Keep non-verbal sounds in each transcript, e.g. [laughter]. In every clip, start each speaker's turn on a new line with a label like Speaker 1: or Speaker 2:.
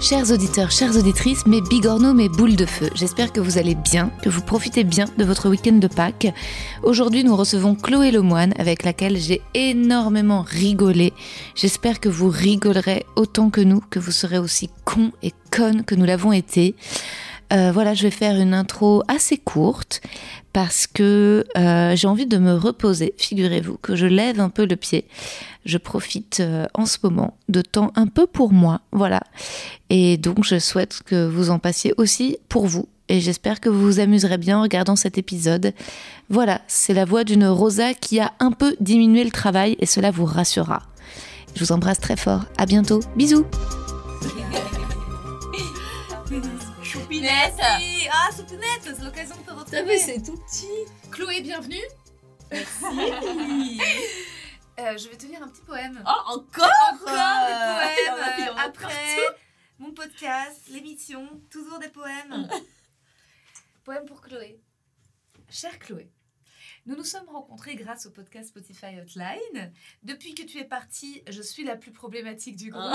Speaker 1: Chers auditeurs, chères auditrices, mes bigorneaux, mes boules de feu, j'espère que vous allez bien, que vous profitez bien de votre week-end de Pâques. Aujourd'hui, nous recevons Chloé Lemoine, avec laquelle j'ai énormément rigolé. J'espère que vous rigolerez autant que nous, que vous serez aussi cons et connes que nous l'avons été. Euh, voilà, je vais faire une intro assez courte parce que euh, j'ai envie de me reposer. Figurez-vous que je lève un peu le pied. Je profite euh, en ce moment de temps un peu pour moi. Voilà. Et donc, je souhaite que vous en passiez aussi pour vous. Et j'espère que vous vous amuserez bien en regardant cet épisode. Voilà, c'est la voix d'une Rosa qui a un peu diminué le travail et cela vous rassurera. Je vous embrasse très fort. À bientôt. Bisous.
Speaker 2: Choupinette
Speaker 3: Merci. Ah, Soutenette, c'est l'occasion de te
Speaker 2: T'as vu,
Speaker 3: retrouver.
Speaker 2: c'est tout petit
Speaker 3: Chloé, bienvenue [laughs] Euh, Je vais te lire un petit poème.
Speaker 2: Oh, encore
Speaker 3: Encore
Speaker 2: Il y
Speaker 3: des
Speaker 2: en a-
Speaker 3: poèmes
Speaker 2: il y en
Speaker 3: euh,
Speaker 2: a
Speaker 3: Après
Speaker 2: partout.
Speaker 3: mon podcast, l'émission, toujours des
Speaker 2: [laughs]
Speaker 3: poèmes. Poème pour Chloé. Chère Chloé, nous nous sommes rencontrés grâce au podcast Spotify Hotline. Depuis que tu es partie, je suis la plus problématique du groupe.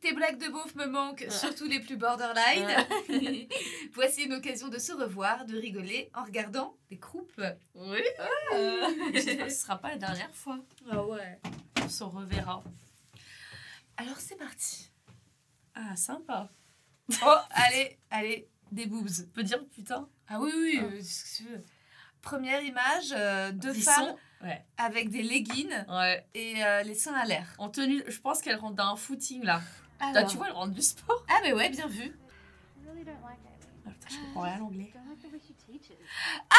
Speaker 3: Tes blagues de beauf me manquent,
Speaker 2: Ah.
Speaker 3: surtout les plus borderline. [laughs] Voici une occasion de se revoir, de rigoler en regardant des croupes.
Speaker 2: Oui Euh, J'espère que ce sera pas la dernière fois.
Speaker 3: Ah ouais.
Speaker 2: On se reverra.
Speaker 3: Alors c'est parti.
Speaker 2: Ah, sympa.
Speaker 3: Oh, allez, allez, des boobs.
Speaker 2: On peut dire putain.
Speaker 3: Ah oui, oui,
Speaker 2: Ah.
Speaker 3: euh, ce que tu veux. Première image, euh, deux
Speaker 2: Ils
Speaker 3: femmes
Speaker 2: sont- Ouais.
Speaker 3: avec des leggings
Speaker 2: Ouais.
Speaker 3: et euh, les seins à l'air.
Speaker 2: En tenue, je pense qu'elle rentre d'un footing là. Là,
Speaker 3: Alors.
Speaker 2: Bah, tu vois, elle rentre du sport.
Speaker 3: Ah mais ouais, bien vu.
Speaker 4: I really don't like it.
Speaker 2: Ah, putain, je comprends rien à l'anglais.
Speaker 4: Don't like the way she teaches.
Speaker 3: Ah,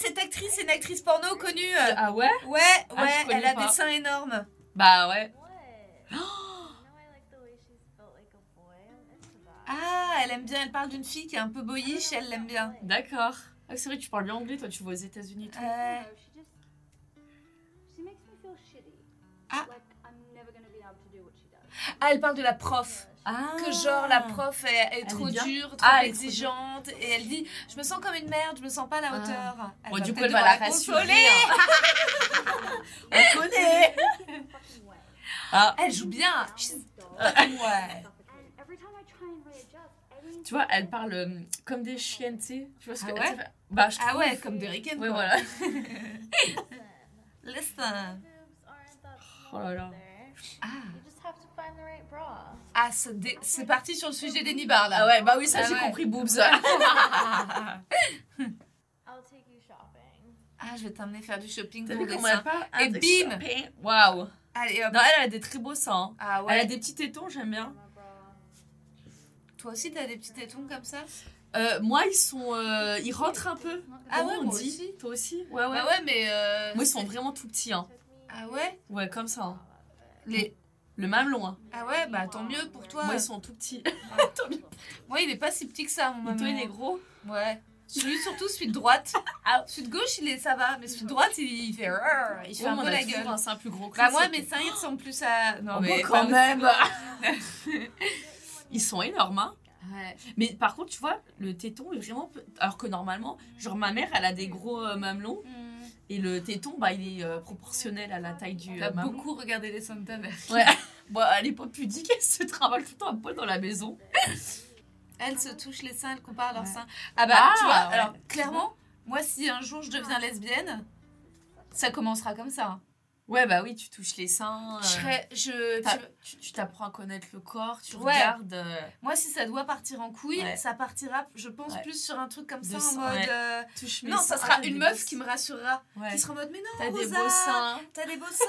Speaker 3: cette actrice, c'est une actrice porno connue. euh.
Speaker 2: Ah ouais
Speaker 3: Ouais,
Speaker 2: je
Speaker 3: ouais,
Speaker 2: connais
Speaker 3: elle a
Speaker 2: pas.
Speaker 3: des seins énormes.
Speaker 2: Bah ouais.
Speaker 4: [gasps] What? no, I like the way she's built like a boy on Instagram.
Speaker 3: Ah, elle aime bien, elle parle d'une fille qui est un peu boyish, elle l'aime bien.
Speaker 2: D'accord. Ah, c'est vrai, tu parles bien anglais, toi, tu vas aux États-Unis. et tout.
Speaker 3: Euh,
Speaker 4: No, she just she makes me feel shitty.
Speaker 3: Ah.
Speaker 4: Like I'm never gonna be able to do what she does.
Speaker 3: [laughs] ah, elle parle de la prof.
Speaker 2: Ah.
Speaker 3: Que genre la prof est, est
Speaker 2: est
Speaker 3: trop
Speaker 2: bien.
Speaker 3: dure, trop
Speaker 2: Ah, elle est trop
Speaker 3: exigeante et elle dit je me sens comme une merde, je me sens pas à la
Speaker 2: Ah.
Speaker 3: hauteur. Elle
Speaker 2: Bon, du coup,
Speaker 3: peut-être
Speaker 2: elle va
Speaker 3: devoir
Speaker 2: la rassurer.
Speaker 3: consoler. [laughs]
Speaker 2: hein. On connaît.
Speaker 4: Fucking way.
Speaker 2: Ah.
Speaker 3: Elle joue bien.
Speaker 4: She's dull.
Speaker 3: Ah. Ouais.
Speaker 4: Suffocating. Every time I try and readjust, everything's
Speaker 2: Tu vois, elle parle euh, comme des chiennes, tu sais. Tu vois ce
Speaker 3: Ah
Speaker 2: que
Speaker 3: ouais
Speaker 2: tu sais, Bah, je trouve.
Speaker 3: Ah ouais, comme Derricken.
Speaker 2: Ouais,
Speaker 3: quoi.
Speaker 2: voilà.
Speaker 3: [laughs]
Speaker 2: [laughs]
Speaker 3: Listen.
Speaker 4: boobs aren't that
Speaker 2: Oh là là.
Speaker 4: there.
Speaker 3: Ah,
Speaker 4: You just have to find the right bra.
Speaker 3: Ah, ça dé- c'est parti sur le sujet des nibards là.
Speaker 2: Ah ouais, bah oui, ça
Speaker 3: Ah
Speaker 2: j'ai
Speaker 3: ouais.
Speaker 2: compris, boobs. [laughs]
Speaker 3: ah,
Speaker 4: I'll take you shopping.
Speaker 3: je vais t'emmener faire du shopping
Speaker 2: T'as
Speaker 3: pour
Speaker 2: vu
Speaker 3: des
Speaker 2: comment elle
Speaker 3: seins.
Speaker 2: parle
Speaker 3: Et
Speaker 2: Ah,
Speaker 3: bim
Speaker 2: shopping. Waouh Non,
Speaker 3: Allez hop.
Speaker 2: elle, elle a des très beaux seins. hein.
Speaker 3: Ah
Speaker 2: Elle a
Speaker 3: ouais.
Speaker 2: des petits tétons, j'aime bien.
Speaker 4: My bra.
Speaker 3: Toi aussi t'as des petits tétons comme ça
Speaker 2: Euh, moi, ils sont. euh, ils rentrent un peu.
Speaker 3: Ah
Speaker 2: Comment
Speaker 3: ouais,
Speaker 2: on
Speaker 3: moi
Speaker 2: dit
Speaker 3: aussi.
Speaker 2: Toi aussi Ouais, ouais.
Speaker 3: Ah Ouais ouais mais. euh,
Speaker 2: Moi, ils sont vraiment tout petits. Hein.
Speaker 3: Ah ouais.
Speaker 2: Ouais, comme ça. hein.
Speaker 3: Les.
Speaker 2: Le mamelon. Hein.
Speaker 3: Ah ouais bah tant mieux pour toi.
Speaker 2: Moi, ils sont tout petits.
Speaker 3: Moi il est pas si petit que ça mon
Speaker 2: Et
Speaker 3: maman.
Speaker 2: toi, il est gros.
Speaker 3: Ouais. Celui surtout celui de
Speaker 2: [laughs]
Speaker 3: droite. Ah, celui de gauche il est ça va mais celui de droite il, il fait rrr, il fait
Speaker 2: Ouais,
Speaker 3: un
Speaker 2: mais
Speaker 3: peu
Speaker 2: on a
Speaker 3: la
Speaker 2: toujours
Speaker 3: gueule.
Speaker 2: un sein plus gros que
Speaker 3: Bah
Speaker 2: le
Speaker 3: moi
Speaker 2: sien.
Speaker 3: mes seins ils ressemblent plus à non
Speaker 2: Oh,
Speaker 3: mais
Speaker 2: bon, quand
Speaker 3: bah,
Speaker 2: même. Ils sont énormes, hein.
Speaker 3: Ouais.
Speaker 2: Mais par contre, tu vois, le téton est vraiment. pe- Alors que normalement, genre ma mère, elle a des gros euh, mamelons
Speaker 3: Hmm.
Speaker 2: et le téton, bah, il est euh, proportionnel à la taille du euh,
Speaker 3: Ah, T'as
Speaker 2: mamelon.
Speaker 3: beaucoup regardé les seins de ta mère.
Speaker 2: Bon, elle est pas pudique, elle se [laughs] travaille tout le temps à poil dans la maison.
Speaker 3: Elles se touchent les seins, elles comparent leurs
Speaker 2: Ouais.
Speaker 3: seins. Ah bah, tu vois,
Speaker 2: Ah, ouais.
Speaker 3: alors clairement, Moi, si un jour je deviens lesbienne, ça commencera comme ça. hein.
Speaker 2: Ouais, bah oui, tu touches les seins. euh,
Speaker 3: Je serais- je-
Speaker 2: t'as-
Speaker 3: tu-
Speaker 2: tu- tu t'apprends à connaître le corps, tu
Speaker 3: Ouais.
Speaker 2: regardes. euh,
Speaker 3: moi, si ça doit partir en couille,
Speaker 2: Ouais.
Speaker 3: ça partira, je pense,
Speaker 2: Ouais.
Speaker 3: plus sur un truc comme
Speaker 2: De
Speaker 3: ça, en
Speaker 2: sang,
Speaker 3: mode.
Speaker 2: ouais.
Speaker 3: euh,
Speaker 2: touche mes
Speaker 3: non, ça
Speaker 2: seins,
Speaker 3: sera
Speaker 2: t'as
Speaker 3: une
Speaker 2: des
Speaker 3: meuf
Speaker 2: beaux
Speaker 3: qui me rassurera.
Speaker 2: seins. Ouais.
Speaker 3: Qui sera en mode, mais non,
Speaker 2: T'as des
Speaker 3: Rosa,
Speaker 2: beaux seins.
Speaker 3: T'as des beaux seins.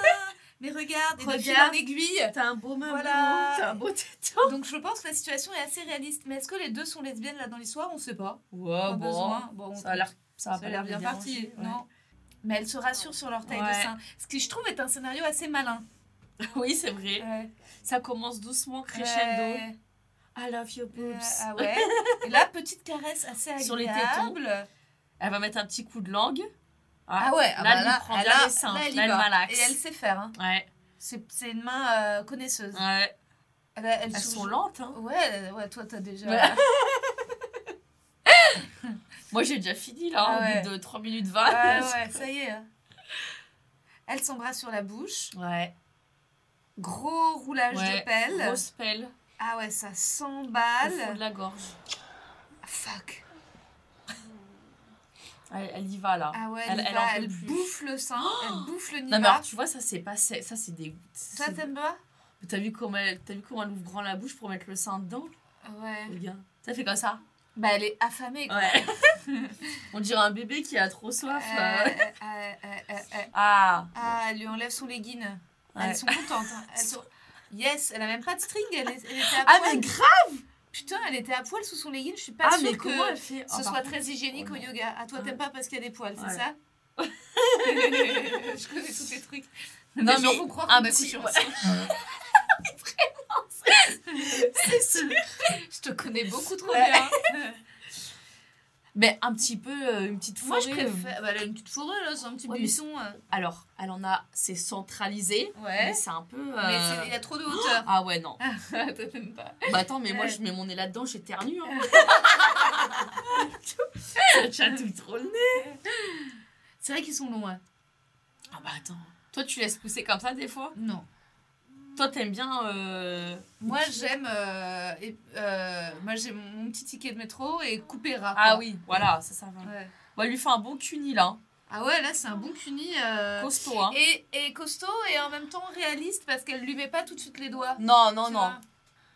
Speaker 3: Mais regarde, [laughs] et de fil en
Speaker 2: Regarde.
Speaker 3: aiguille.
Speaker 2: T'as un beau mamelon,
Speaker 3: Voilà.
Speaker 2: t'as un beau téton.
Speaker 3: [laughs] Donc, je pense que la situation est assez réaliste. Mais est-ce que les deux sont lesbiennes là dans l'histoire On sait pas.
Speaker 2: Ouais,
Speaker 3: Pas besoin. Ah Bon,
Speaker 2: Ça a l'air, ça a
Speaker 3: Ça a l'air bien parti, non Mais elle se rassure sur leur taille de
Speaker 2: Ouais.
Speaker 3: sein. Ce qui, je trouve, est un scénario assez malin.
Speaker 2: [laughs] Oui, c'est vrai. Ça commence doucement, crescendo.
Speaker 3: Ouais.
Speaker 2: I love your boobs.
Speaker 3: Euh, ah ouais. Et là, petite caresse assez agréable.
Speaker 2: Sur les [laughs] Elle va mettre un petit coup de langue.
Speaker 3: Ah ouais. ah
Speaker 2: Là,
Speaker 3: bah
Speaker 2: elle lui prend bien les seins.
Speaker 3: là, elle y
Speaker 2: Là, elle
Speaker 3: va.
Speaker 2: malaxe.
Speaker 3: Et elle sait faire. hein.
Speaker 2: Ouais.
Speaker 3: C'est c'est une main euh, connaisseuse.
Speaker 2: ouais.
Speaker 3: Elle a- elle
Speaker 2: Mmh. Elles
Speaker 3: se-
Speaker 2: sont lentes, hein.
Speaker 3: Ouais, elle- ouais, toi t'as déjà.
Speaker 2: Ouais. [laughs] Moi, j'ai déjà fini, là,
Speaker 3: Ah
Speaker 2: au
Speaker 3: ouais.
Speaker 2: bout de 3
Speaker 3: [laughs]
Speaker 2: minutes
Speaker 3: ouais,
Speaker 2: 20. [laughs]
Speaker 3: ouais, ça y est. hein. Elle s'embrasse sur la bouche.
Speaker 2: ouais.
Speaker 3: Gros roulage
Speaker 2: Ouais.
Speaker 3: de pelle.
Speaker 2: Grosse pelle
Speaker 3: Ah ouais, ça
Speaker 2: au fond de
Speaker 3: s'emballe.
Speaker 2: la gorge.
Speaker 3: Fuck.
Speaker 2: Elle, elle y va, là.
Speaker 3: Ah ouais,
Speaker 2: Elle-
Speaker 3: elle, y
Speaker 2: elle en
Speaker 3: va,
Speaker 2: peut
Speaker 3: elle
Speaker 2: plus. Oh
Speaker 3: bouffe le sein, elle bouffe le
Speaker 2: Non, mais alors,
Speaker 3: nibar.
Speaker 2: tu vois, ça, c'est pas... sec. Ça, c'est des...
Speaker 3: Toi,
Speaker 2: c'est-
Speaker 3: t'aimes pas
Speaker 2: T'as vu, comment elle... t'as vu comment elle ouvre grand la bouche pour mettre le sein dedans
Speaker 3: Ouais.
Speaker 2: Regarde. Ça fait comme ça.
Speaker 3: Bah, elle est affamée. quoi.
Speaker 2: Ouais. [laughs] On dirait un bébé qui a trop soif.
Speaker 3: Euh,
Speaker 2: euh.
Speaker 3: euh, euh, euh, euh,
Speaker 2: Ah.
Speaker 3: Ah, elle lui enlève son legging.
Speaker 2: Ouais.
Speaker 3: Elles sont contentes. hein. Elles
Speaker 2: [laughs]
Speaker 3: sont... Yes, elle a même pas de string. Elle, est- elle était à
Speaker 2: Ah,
Speaker 3: poil.
Speaker 2: mais grave
Speaker 3: Putain, elle était à poil sous son legging. Je suis pas
Speaker 2: Ah,
Speaker 3: sûre
Speaker 2: mais
Speaker 3: que
Speaker 2: comment elle fait
Speaker 3: ce
Speaker 2: Ah, par
Speaker 3: soit
Speaker 2: contre,
Speaker 3: très hygiénique
Speaker 2: oh
Speaker 3: au
Speaker 2: non.
Speaker 3: yoga. Ah, toi,
Speaker 2: Ouais.
Speaker 3: t'aimes pas parce qu'il y a des poils, c'est
Speaker 2: Ouais.
Speaker 3: ça
Speaker 2: [laughs]
Speaker 3: Je connais tous tes trucs.
Speaker 2: Non,
Speaker 3: Les gens
Speaker 2: mais
Speaker 3: vont croire
Speaker 2: un
Speaker 3: qu'on a
Speaker 2: petit-
Speaker 3: couché ensemble.
Speaker 2: C'est sûr.
Speaker 3: Je te connais beaucoup trop
Speaker 2: Ouais. [laughs]
Speaker 3: bien.
Speaker 2: Mais un petit peu, euh, une petite
Speaker 3: Moi,
Speaker 2: forêt.
Speaker 3: je préfère. Bah, elle a une petite forêt, là, c'est un petit
Speaker 2: Ouais, mais-
Speaker 3: buisson. hein.
Speaker 2: euh. Alors, elle en a, c'est centralisé,
Speaker 3: Ouais.
Speaker 2: mais c'est un peu... euh,
Speaker 3: Mais c'est- il y a
Speaker 2: [gasps]
Speaker 3: trop de
Speaker 2: [laughs]
Speaker 3: hauteur.
Speaker 2: Ah ouais, non.
Speaker 3: Toi, t'aimes pas.
Speaker 2: Bah attends, mais moi,
Speaker 3: Ouais.
Speaker 2: je mets mon nez là-dedans, j'éternue. Hein. [laughs] Ça chatouille trop le nez.
Speaker 3: C'est vrai qu'ils sont longs. hein.
Speaker 2: Ah bah attends. Toi, tu laisses pousser comme ça des fois
Speaker 3: Non.
Speaker 2: Toi, t'aimes bien... euh,
Speaker 3: Moi j'aime euh, et- euh, moi j'ai mon, mon petit ticket de métro et couper rat.
Speaker 2: Ah
Speaker 3: quoi.
Speaker 2: oui, voilà, ça, ça va.
Speaker 3: Ouais.
Speaker 2: Bah, lui fait un bon cuni, là. hein.
Speaker 3: Ah ouais là c'est un bon cuni euh,
Speaker 2: Costaud, hein.
Speaker 3: et, et costaud et en même temps réaliste parce qu'elle lui met pas tout de suite les doigts.
Speaker 2: Non,
Speaker 3: tu
Speaker 2: non, non.
Speaker 3: vois.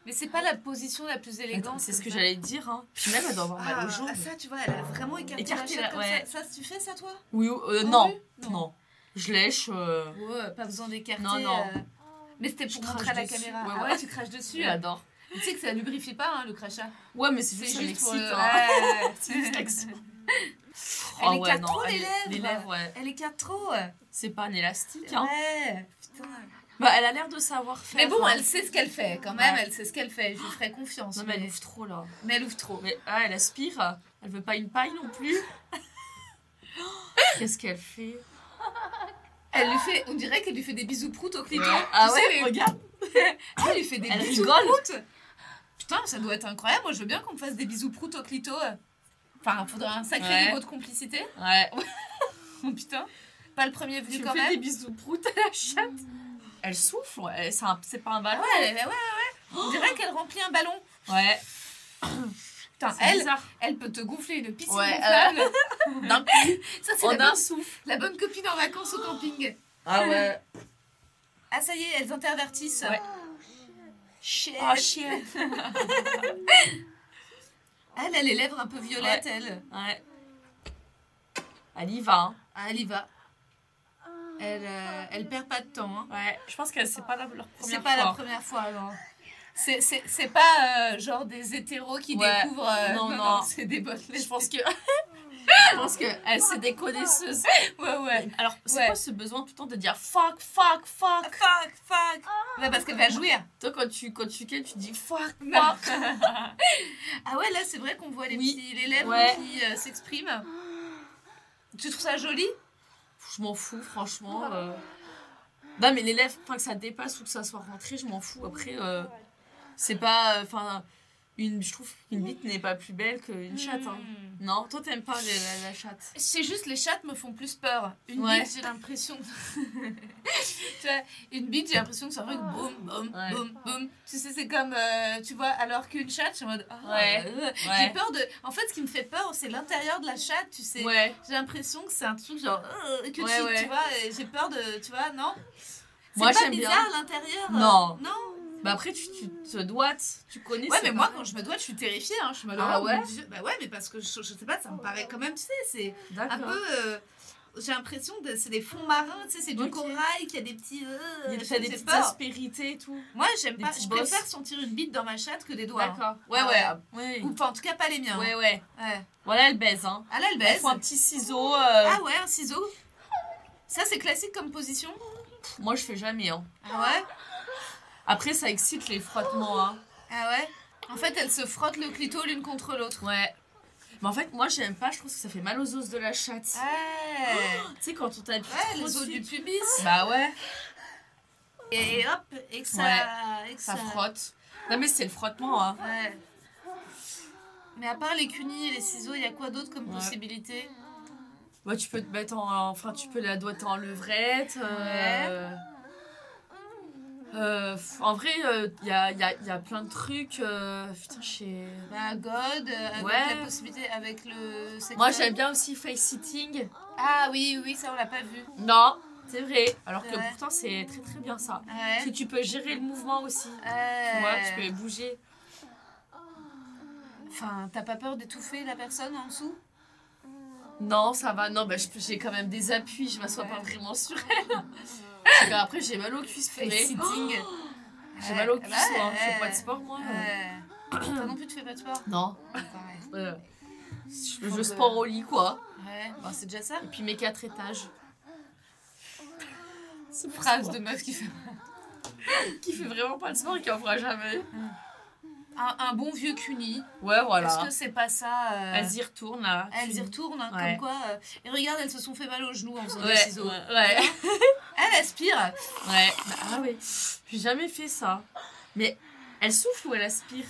Speaker 3: Mais c'est pas la position la plus
Speaker 2: Attends,
Speaker 3: élégante.
Speaker 2: C'est ce que
Speaker 3: ça.
Speaker 2: j'allais te dire. Hein. Puis même, elle doit avoir
Speaker 3: Ah,
Speaker 2: mal aux jambes.
Speaker 3: ça tu vois elle a vraiment écarté,
Speaker 2: Écarté
Speaker 3: la
Speaker 2: la-
Speaker 3: chatte comme
Speaker 2: ouais.
Speaker 3: ça. Ça tu fais ça toi
Speaker 2: Oui, euh,
Speaker 3: Non,
Speaker 2: non.
Speaker 3: Ah oui.
Speaker 2: non. Je lèche. euh,
Speaker 3: Ouais pas besoin d'écarter.
Speaker 2: Non, non.
Speaker 3: euh, Mais c'était pour
Speaker 2: Je
Speaker 3: montrer à
Speaker 2: crache
Speaker 3: la
Speaker 2: dessus.
Speaker 3: caméra.
Speaker 2: Ouais,
Speaker 3: ah
Speaker 2: ouais.
Speaker 3: ouais, tu craches dessus.
Speaker 2: J'adore.
Speaker 3: Tu sais que ça lubrifie pas hein, le crachat.
Speaker 2: Ouais, mais c'est juste, pour
Speaker 3: le-
Speaker 2: hein.
Speaker 3: Ouais.
Speaker 2: C'est juste l'excellent.
Speaker 3: Elle
Speaker 2: Ah
Speaker 3: écarte trop
Speaker 2: elle-
Speaker 3: les lèvres.
Speaker 2: Les lèvres, ouais.
Speaker 3: Elle écarte trop. ouais.
Speaker 2: C'est pas un élastique, hein.
Speaker 3: Ouais, putain.
Speaker 2: Bah, elle a l'air de savoir faire.
Speaker 3: Mais bon,
Speaker 2: hein.
Speaker 3: elle sait ce qu'elle fait quand même,
Speaker 2: Ouais.
Speaker 3: elle sait ce qu'elle fait, je lui ferai confiance.
Speaker 2: Non, mais elle ouvre trop, là.
Speaker 3: mais elle ouvre trop.
Speaker 2: Mais, ah, elle aspire. Elle veut pas une paille non
Speaker 3: [gasps]
Speaker 2: plus. Qu'est-ce qu'elle fait
Speaker 3: Elle lui fait, on dirait qu'elle lui fait des bisous proutes au clito.
Speaker 2: Ah
Speaker 3: Tu sais,
Speaker 2: ouais,
Speaker 3: les-
Speaker 2: regarde.
Speaker 3: Elle lui fait des
Speaker 2: Elle
Speaker 3: bisous
Speaker 2: rigole.
Speaker 3: proutes. Putain, ça doit être incroyable, moi je veux bien qu'on me fasse des bisous proutes au clito. Enfin, faudrait un sacré
Speaker 2: Ouais.
Speaker 3: niveau de complicité.
Speaker 2: Ouais.
Speaker 3: [laughs] Oh, putain, pas le premier
Speaker 2: Tu
Speaker 3: venu
Speaker 2: me
Speaker 3: quand
Speaker 2: fais
Speaker 3: même.
Speaker 2: des bisous proutes à la chatte. Elle souffle, ouais. c'est un- c'est pas un
Speaker 3: Ah
Speaker 2: ballon.
Speaker 3: ouais, elle- ouais, ouais, ouais. On dirait qu'elle remplit un ballon.
Speaker 2: Ouais.
Speaker 3: Putain,
Speaker 2: C'est
Speaker 3: elle,
Speaker 2: bizarre.
Speaker 3: elle peut te gonfler une piscine
Speaker 2: Ouais, euh,
Speaker 3: gonflable.
Speaker 2: [laughs] D'un coup,
Speaker 3: Ça, c'est
Speaker 2: en
Speaker 3: la,
Speaker 2: un
Speaker 3: bonne-
Speaker 2: souffle.
Speaker 3: la bonne copine en vacances au camping.
Speaker 2: Ah ouais. [laughs]
Speaker 3: Ah ça y est, elles intervertissent.
Speaker 2: Ouais.
Speaker 3: Shit.
Speaker 2: Ah, shit.
Speaker 3: Elle a les lèvres un peu violettes, elle.
Speaker 2: Ouais. Elle y va. hein.
Speaker 3: Ah, elle y va. Elle, euh, elle perd pas de temps. hein.
Speaker 2: Ouais. Je pense que c'est pas la, leur
Speaker 3: C'est
Speaker 2: première
Speaker 3: pas la
Speaker 2: fois.
Speaker 3: première fois, non. C'est- C'est c'est pas euh, genre des hétéros qui
Speaker 2: Ouais.
Speaker 3: découvrent. euh, [laughs]
Speaker 2: Non, non.
Speaker 3: c'est des bonnes
Speaker 2: [laughs] Je
Speaker 3: lesbiennes.
Speaker 2: pense que. Je pense que elle c'est des [laughs] connaisseuses.
Speaker 3: Ouais, ouais.
Speaker 2: Alors c'est
Speaker 3: Ouais.
Speaker 2: quoi ce besoin tout le temps de dire fuck fuck fuck
Speaker 3: Fuck, fuck.
Speaker 2: Ah.
Speaker 3: Ouais, parce qu'elle va jouir.
Speaker 2: Toi quand tu quand tu ken, tu dis [laughs] fuck
Speaker 3: Non.
Speaker 2: fuck.
Speaker 3: Ah ouais, là, c'est vrai qu'on voit les,
Speaker 2: Oui.
Speaker 3: petits- les lèvres
Speaker 2: Ouais.
Speaker 3: qui euh, s'expriment. Tu trouves ça joli
Speaker 2: Je m'en fous franchement. euh. Non mais les lèvres, enfin que ça dépasse ou que ça soit rentré, je m'en fous. Après euh, c'est pas enfin une, je trouve qu'une bite n'est pas plus belle qu'une chatte. hein.
Speaker 3: Hmm.
Speaker 2: Non, toi t'aimes pas les- la, la chatte.
Speaker 3: C'est juste les chattes me font plus peur. Une
Speaker 2: Ouais.
Speaker 3: bite, j'ai l'impression. [laughs] tu vois, une bite, j'ai l'impression que c'est un truc boum, boum,
Speaker 2: Ouais.
Speaker 3: boum, boum. Tu sais, c'est comme, euh, tu vois, alors qu'une chatte, je suis en mode. ah,
Speaker 2: Ouais.
Speaker 3: euh, J'ai
Speaker 2: Ouais.
Speaker 3: peur de. En fait, ce qui me fait peur, c'est l'intérieur de la chatte, tu sais.
Speaker 2: Ouais.
Speaker 3: J'ai l'impression que c'est un truc genre. euh, que
Speaker 2: Ouais,
Speaker 3: tu,
Speaker 2: ouais.
Speaker 3: tu vois, euh, j'ai peur de. Tu vois, non C'est
Speaker 2: Moi,
Speaker 3: pas
Speaker 2: j'aime bien.
Speaker 3: bizarre l'intérieur. euh,
Speaker 2: Non.
Speaker 3: Non.
Speaker 2: Bah après, tu, tu te doites, tu connais
Speaker 3: Ouais,
Speaker 2: c'est
Speaker 3: mais
Speaker 2: pas
Speaker 3: moi,
Speaker 2: mal.
Speaker 3: quand je me dois, je suis terrifiée. Hein. Je suis en mode,
Speaker 2: Ah
Speaker 3: oh
Speaker 2: ouais
Speaker 3: mon Dieu. Bah ouais, mais parce que je, je sais pas, ça me paraît quand même, tu sais, c'est. un
Speaker 2: D'accord.
Speaker 3: peu. euh, j'ai l'impression que c'est des fonds marins, tu sais, c'est du
Speaker 2: Ok.
Speaker 3: corail, qu'il y a des petits. euh,
Speaker 2: Il y a
Speaker 3: j'ai-
Speaker 2: t'as des
Speaker 3: j'ai
Speaker 2: petites
Speaker 3: peur.
Speaker 2: aspérités et tout.
Speaker 3: Moi, j'aime
Speaker 2: des
Speaker 3: pas.
Speaker 2: petites
Speaker 3: Je
Speaker 2: bosses.
Speaker 3: préfère sentir une bite dans ma chatte que des doigts. hein.
Speaker 2: Ouais,
Speaker 3: Ah
Speaker 2: ouais.
Speaker 3: ouais.
Speaker 2: ah, Ouais,
Speaker 3: Ou enfin, en tout cas, pas les miens.
Speaker 2: ouais.
Speaker 3: hein.
Speaker 2: ouais.
Speaker 3: Ouais.
Speaker 2: Voilà, elle baise. Hein.
Speaker 3: Ah là, elle
Speaker 2: Elle
Speaker 3: baisse.
Speaker 2: prend un petit ciseau. euh,
Speaker 3: Ah ouais, un ciseau. Ça, c'est classique comme position.
Speaker 2: pff, Moi, je fais jamais. Hein.
Speaker 3: Ah ouais.
Speaker 2: Après, ça excite les frottements. Hein.
Speaker 3: Ah ouais. En fait, elles se frottent le clito l'une contre l'autre.
Speaker 2: Ouais. Mais en fait, moi, j'aime pas. Je trouve que ça fait mal aux os de la chatte.
Speaker 3: Ah Ouais.
Speaker 2: [gasps] Tu sais, quand on
Speaker 3: Ouais,
Speaker 2: t'appuie trop
Speaker 3: les os
Speaker 2: dessus.
Speaker 3: du pubis.
Speaker 2: Bah ouais,
Speaker 3: Et hop, et que ça. et que
Speaker 2: ça frotte. Non, mais c'est le frottement. Hein.
Speaker 3: Ouais. Mais à part les cunis et les ciseaux, il y a quoi d'autre comme
Speaker 2: Ouais.
Speaker 3: possibilité
Speaker 2: Bah, tu peux te mettre en. Enfin, tu peux la doigter en levrette. euh, euh, f- en vrai, il y, a, y a- y a plein de trucs. euh, Putain, je sais.
Speaker 3: Bah, God, euh, avec
Speaker 2: Ouais.
Speaker 3: la possibilité, avec le. secteur.
Speaker 2: Moi, j'aime bien aussi face-sitting.
Speaker 3: Ah oui, oui, ça on l'a pas vu.
Speaker 2: Non, c'est vrai. Alors que
Speaker 3: Ouais.
Speaker 2: pourtant, c'est très très bien ça. Parce que
Speaker 3: Ouais.
Speaker 2: tu peux gérer le mouvement aussi. Tu vois,
Speaker 3: Ouais.
Speaker 2: tu peux bouger.
Speaker 3: Enfin, t'as pas peur d'étouffer la personne en dessous
Speaker 2: Non, ça va. Non, bah, je peux- j'ai quand même des appuis. Je m'assois
Speaker 3: Ouais.
Speaker 2: pas
Speaker 3: [laughs]
Speaker 2: vraiment sur elle. Parce que Après, j'ai mal aux cuisses. purée.
Speaker 3: Face-sitting.
Speaker 2: J'ai mal aux
Speaker 3: Ouais.
Speaker 2: cuisses, moi. hein. Je fais pas de sport, moi.
Speaker 3: Ouais. Toi non plus, tu fais pas de sport
Speaker 2: Non.
Speaker 3: Pareil.
Speaker 2: Euh, je
Speaker 3: Faut
Speaker 2: je
Speaker 3: que-
Speaker 2: sport au lit, quoi.
Speaker 3: Ouais, bah, c'est déjà ça.
Speaker 2: Et puis mes quatre étages.
Speaker 3: Phrase de meuf qui fait.
Speaker 2: Qui fait vraiment pas de sport et qui en fera jamais.
Speaker 3: Un, un bon vieux cuni.
Speaker 2: Ouais,
Speaker 3: Est-ce
Speaker 2: voilà.
Speaker 3: que c'est pas ça euh,
Speaker 2: Elles y retournent, là.
Speaker 3: Elles y retournent, hein,
Speaker 2: Ouais.
Speaker 3: comme quoi. euh, et regarde, elles se sont fait mal aux genoux en faisant des
Speaker 2: Ouais,
Speaker 3: ciseaux.
Speaker 2: ouais,
Speaker 3: [laughs]
Speaker 2: ouais.
Speaker 3: Elle aspire.
Speaker 2: Ouais. Bah, ah oui. J'ai jamais fait ça. Mais elle souffle ou elle aspire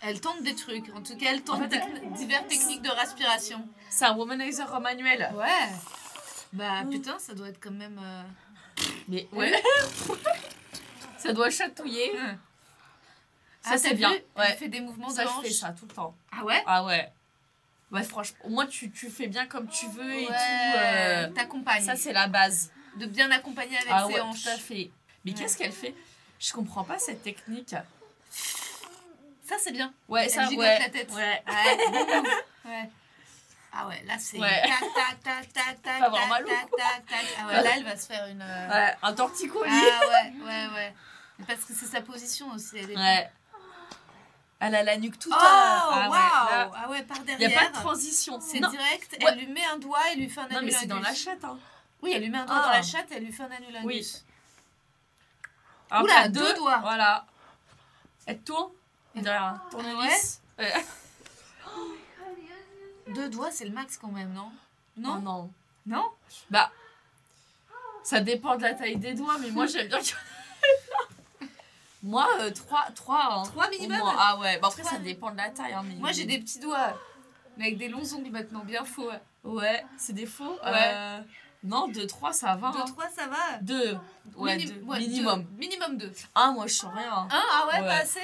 Speaker 3: Elle tente des trucs. En tout cas, elle tente
Speaker 2: En fait,
Speaker 3: tec- diverses techniques de respiration.
Speaker 2: C'est un womanizer en manuel.
Speaker 3: Ouais. Bah
Speaker 2: Mm.
Speaker 3: putain, ça doit être quand même. euh,
Speaker 2: Mais ouais. [laughs] ça doit chatouiller.
Speaker 3: Hum.
Speaker 2: Ça
Speaker 3: ah,
Speaker 2: c'est
Speaker 3: t'as
Speaker 2: bien.
Speaker 3: vu Elle
Speaker 2: Ouais.
Speaker 3: fait des mouvements
Speaker 2: Ça
Speaker 3: de
Speaker 2: je fais
Speaker 3: hanche.
Speaker 2: ça tout le temps.
Speaker 3: Ah ouais.
Speaker 2: Ah ouais. Ouais franchement, au moins tu, tu fais bien comme tu veux et tout. euh,
Speaker 3: Ouais. T'accompagnes.
Speaker 2: ça c'est la base.
Speaker 3: De bien accompagner avec
Speaker 2: ah
Speaker 3: ses
Speaker 2: ouais,
Speaker 3: hanches.
Speaker 2: tout à fait. Mais
Speaker 3: Ouais.
Speaker 2: qu'est-ce qu'elle fait Je comprends pas cette technique.
Speaker 3: Ça c'est bien.
Speaker 2: Ouais,
Speaker 3: Elle
Speaker 2: ça
Speaker 3: gigote
Speaker 2: ouais.
Speaker 3: la tête.
Speaker 2: Ouais. [laughs]
Speaker 3: Ouais. bon move. ouais. Ah ouais, là c'est.
Speaker 2: Ouais.
Speaker 3: Tac tac tac tac tac.
Speaker 2: avoir
Speaker 3: tac,
Speaker 2: mal au
Speaker 3: tac, tac, tac. Ah ouais, là elle va se faire une. euh,
Speaker 2: Ouais, un torticolis.
Speaker 3: Ah ouais, ouais, ouais. Mais Parce que c'est sa position aussi. Elle est...
Speaker 2: Ouais. Elle a la nuque tout
Speaker 3: Oh, waouh
Speaker 2: à- ah ouais, là,
Speaker 3: Ah ouais, par
Speaker 2: Il
Speaker 3: derrière.
Speaker 2: n'y a pas de transition.
Speaker 3: C'est
Speaker 2: non.
Speaker 3: direct,
Speaker 2: Ouais.
Speaker 3: elle lui met un doigt et lui fait un
Speaker 2: non,
Speaker 3: anulingus.
Speaker 2: mais c'est dans la chatte. Hein.
Speaker 3: Oui, elle lui met un doigt
Speaker 2: Ah.
Speaker 3: dans la chatte et elle lui fait un anulingus.
Speaker 2: Un,
Speaker 3: Oula,
Speaker 2: pas
Speaker 3: deux doigts.
Speaker 2: Voilà. Elle tourne. Derrière. hein. Tourne
Speaker 3: Ah
Speaker 2: hélice. Ouais.
Speaker 3: Deux doigts, c'est le max quand même, non Non
Speaker 2: Non, Oh non.
Speaker 3: Non
Speaker 2: Bah, ça dépend de la taille des doigts, mais moi j'aime bien que. [laughs] Moi, 3, 3, hein,
Speaker 3: Trois
Speaker 2: au
Speaker 3: minimum
Speaker 2: moins. Ah ouais, bah après
Speaker 3: Trois.
Speaker 2: ça dépend de la taille. hein, mais-
Speaker 3: Moi j'ai des petits doigts, mais avec des longs ongles maintenant, bien faux.
Speaker 2: Ouais, c'est des faux.
Speaker 3: Ouais.
Speaker 2: euh, Non, 2, 3, ça va.
Speaker 3: Deux, trois, ça va
Speaker 2: 2, Ah. ouais,
Speaker 3: Minim-
Speaker 2: deux,
Speaker 3: ouais,
Speaker 2: minimum.
Speaker 3: deux. Minimum deux.
Speaker 2: 1, moi je sens rien.
Speaker 3: Hein ah ouais,
Speaker 2: Ouais.
Speaker 3: pas assez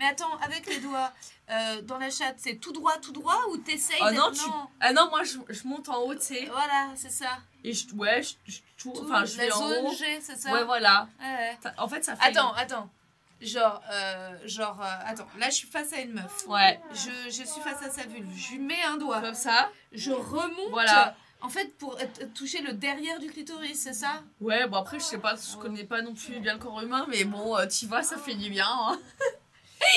Speaker 3: mais attends, avec les doigts, euh, dans la chatte, c'est tout droit, tout droit ou t'essayes
Speaker 2: Ah
Speaker 3: d'être-
Speaker 2: non, tu- Ah non, moi je, je monte en haut, tu sais.
Speaker 3: Voilà, c'est ça.
Speaker 2: Et je, ouais, je, je tourne, enfin je
Speaker 3: la
Speaker 2: vais en
Speaker 3: zone
Speaker 2: haut.
Speaker 3: G, c'est ça
Speaker 2: Ouais, voilà.
Speaker 3: Ouais, ouais.
Speaker 2: Ça- En fait, ça fait.
Speaker 3: Attends, attends. Genre, euh, genre, euh, attends. Là, je suis face à une meuf.
Speaker 2: Ouais.
Speaker 3: Je, je suis face à sa vulve. Je lui mets un doigt.
Speaker 2: Comme ça.
Speaker 3: Je remonte.
Speaker 2: Voilà.
Speaker 3: En fait, pour euh, t- toucher le derrière du clitoris, c'est ça
Speaker 2: Ouais, bon après, je sais pas, je connais pas non plus bien le corps humain, mais bon, euh, t'y vas, ça fait du bien.
Speaker 3: [laughs]
Speaker 2: hein.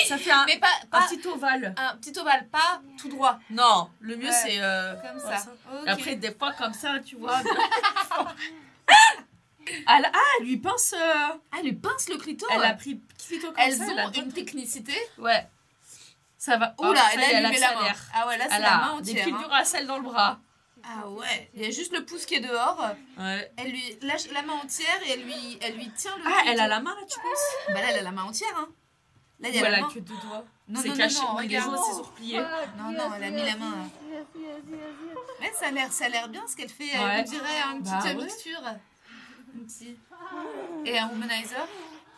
Speaker 2: ça fait un,
Speaker 3: Mais pas,
Speaker 2: un
Speaker 3: pas
Speaker 2: petit
Speaker 3: un
Speaker 2: ovale.
Speaker 3: Ah, petit ovale, pas tout droit.
Speaker 2: Non, le mieux
Speaker 3: Ouais.
Speaker 2: c'est. euh,
Speaker 3: Comme
Speaker 2: comme
Speaker 3: ça.
Speaker 2: ça.
Speaker 3: Ok.
Speaker 2: Et Après, des fois comme ça,
Speaker 3: [laughs]
Speaker 2: tu vois. [laughs] bien. Elle- ah, elle lui pince. euh,
Speaker 3: Ah, elle lui pince le clito. hein.
Speaker 2: elle a pris plutôt comme
Speaker 3: Elles
Speaker 2: ça.
Speaker 3: ont
Speaker 2: elle a
Speaker 3: une
Speaker 2: donné-
Speaker 3: technicité.
Speaker 2: Ouais. Ça va. oh,
Speaker 3: Oula, là,
Speaker 2: ça y
Speaker 3: elle
Speaker 2: est,
Speaker 3: a allumé la main.
Speaker 2: accélère.
Speaker 3: Ah ouais, là, c'est
Speaker 2: Elle
Speaker 3: la main
Speaker 2: a des
Speaker 3: entière.
Speaker 2: piles
Speaker 3: hein.
Speaker 2: du racel dans le bras.
Speaker 3: Ah ouais. Il y a juste le pouce qui est dehors.
Speaker 2: Ouais.
Speaker 3: Elle lui lâche la main entière et elle lui, elle lui tient le
Speaker 2: Ah,
Speaker 3: clito.
Speaker 2: elle a la main là, tu penses
Speaker 3: Bah là, elle a la main entière, hein. Là, il y a
Speaker 2: Voilà,
Speaker 3: la main.
Speaker 2: que deux doigts.
Speaker 3: Non,
Speaker 2: c'est
Speaker 3: non,
Speaker 2: caché.
Speaker 3: non, non,
Speaker 2: les
Speaker 3: regarde.
Speaker 2: os, c'est surplié.
Speaker 4: Ah,
Speaker 3: Non, non, elle a mis la main. hein. là. Mais ça a l'air, ça a l'air bien ce qu'elle fait. Elle
Speaker 2: Ouais.
Speaker 3: On dirait une petite
Speaker 2: Bah ouais.
Speaker 3: mixture. Un petit- Et un womanizer.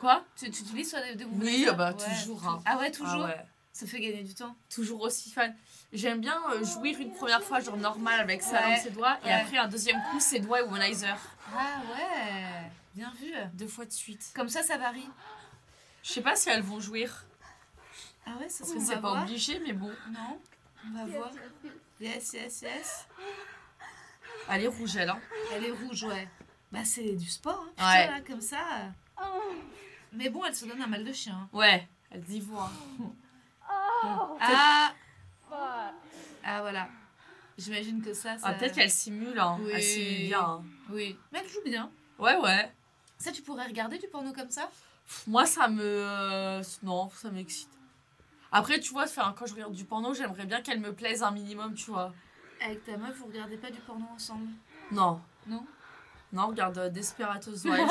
Speaker 2: Quoi
Speaker 3: Tu, tu utilises soit des womanizers
Speaker 2: Oui, ah bah
Speaker 3: Ouais.
Speaker 2: toujours. hein.
Speaker 3: Ah ouais, toujours.
Speaker 2: Ah ouais.
Speaker 3: Ça fait gagner du temps.
Speaker 2: Toujours aussi fan. J'aime bien euh, jouir une première fois, genre normal, avec ça dans
Speaker 3: Ouais.
Speaker 2: ses doigts. Et
Speaker 3: Ouais.
Speaker 2: après, un deuxième coup, ses doigts et womanizer.
Speaker 3: Ah ouais, bien vu.
Speaker 2: Deux fois de suite.
Speaker 3: Comme ça, ça varie.
Speaker 2: Je sais pas si elles vont jouir.
Speaker 3: Ah ouais, ça
Speaker 2: Parce
Speaker 3: se
Speaker 2: que
Speaker 3: trouve, on
Speaker 2: c'est
Speaker 3: va
Speaker 2: pas
Speaker 3: voir.
Speaker 2: obligé, mais bon.
Speaker 3: Non, on va voir. Yes, yes, yes.
Speaker 2: Allez, rouge elle. Hein.
Speaker 3: Elle est rouge, ouais. Bah c'est du sport, hein.
Speaker 2: Ouais.
Speaker 3: Putain, là, comme ça. euh. Mais bon, elle se donne un mal de chien. hein.
Speaker 2: Ouais, elle dit voix.
Speaker 3: Oh. Ah Ah voilà. J'imagine que ça, ça...
Speaker 2: Ah, peut-être qu'elle simule. Hein.
Speaker 3: Oui.
Speaker 2: Elle simule bien. hein.
Speaker 3: Oui. Mais elle joue bien.
Speaker 2: Ouais, ouais.
Speaker 3: Ça, tu pourrais regarder du porno comme ça
Speaker 2: Pff, Moi, ça me. euh, Non, ça m'excite. Après, tu vois, enfin, quand je regarde du porno, j'aimerais bien qu'elle me plaise un minimum, tu vois.
Speaker 3: Avec ta meuf, vous regardez pas du porno ensemble.
Speaker 2: Non.
Speaker 3: Non
Speaker 2: Non, regarde euh, Desperados Wives.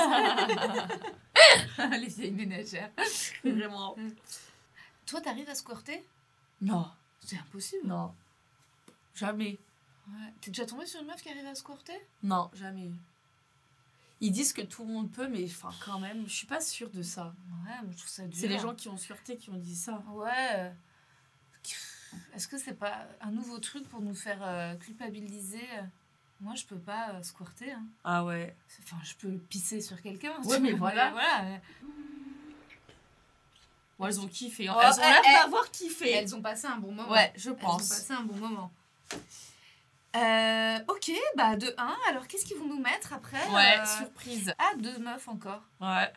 Speaker 3: [laughs] Les vieilles ménagères.
Speaker 2: Vraiment.
Speaker 3: Toi, t'arrives à squirter
Speaker 2: Non.
Speaker 3: C'est impossible.
Speaker 2: Non. Jamais.
Speaker 3: Ouais. T'es déjà tombée sur une meuf qui arrive à squirter
Speaker 2: Non, jamais. Ils disent que tout le monde peut, mais enfin, quand même, je suis pas sûre de ça.
Speaker 3: Ouais, mais je trouve ça dur.
Speaker 2: C'est les gens qui ont sûreté qui ont dit ça.
Speaker 3: Ouais. euh, Est-ce que c'est pas un nouveau truc pour nous faire euh, culpabiliser Moi, je peux pas euh, squirter. hein.
Speaker 2: Ah ouais.
Speaker 3: Enfin, je peux pisser sur quelqu'un. hein,
Speaker 2: Ouais,
Speaker 3: tu
Speaker 2: mais
Speaker 3: vois,
Speaker 2: voilà.
Speaker 3: voilà.
Speaker 2: Ouais, elles ont kiffé. hein.
Speaker 3: Oh,
Speaker 2: elles ont l'air
Speaker 3: eh, eh.
Speaker 2: d'avoir kiffé.
Speaker 3: Elles ont passé un bon moment.
Speaker 2: Ouais, je
Speaker 3: Elles ont
Speaker 2: pense.
Speaker 3: passé un bon moment. Euh, ok, bah de 1. Alors qu'est-ce qu'ils vont nous mettre après
Speaker 2: Ouais,
Speaker 3: euh,
Speaker 2: surprise.
Speaker 3: Ah, deux meufs encore.
Speaker 2: Ouais.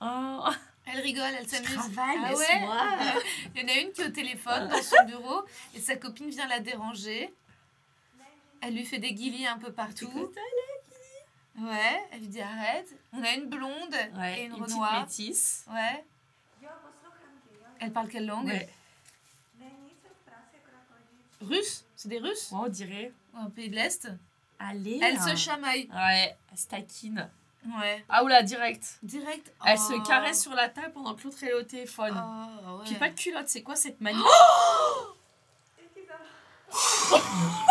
Speaker 2: Oh.
Speaker 3: Elle rigole, elle s'amuse.
Speaker 2: travaille,
Speaker 3: ah
Speaker 2: laisse-moi.
Speaker 3: ouais [laughs] Il y en a une qui est au téléphone dans son bureau et sa copine vient la déranger. Elle lui fait des guillis un peu partout. Ouais, elle lui dit arrête. On a une blonde
Speaker 2: Ouais,
Speaker 3: et une,
Speaker 2: petite
Speaker 3: renoir.
Speaker 2: métisse.
Speaker 3: Ouais. Elle parle quelle langue
Speaker 2: Ouais.
Speaker 3: Russe C'est des Russes
Speaker 2: Ouais, on dirait.
Speaker 3: Un pays de l'Est
Speaker 2: Allez. hein.
Speaker 3: Elle se chamaille.
Speaker 2: Ouais, elle se taquine.
Speaker 3: Ouais.
Speaker 2: Ah oula, direct.
Speaker 3: Direct.
Speaker 2: Elle
Speaker 3: Oh.
Speaker 2: se caresse sur la table pendant que l'autre elle est au téléphone.
Speaker 3: Oh, ouais. Oh!
Speaker 2: Puis pas de culotte, c'est quoi cette manie [gasps]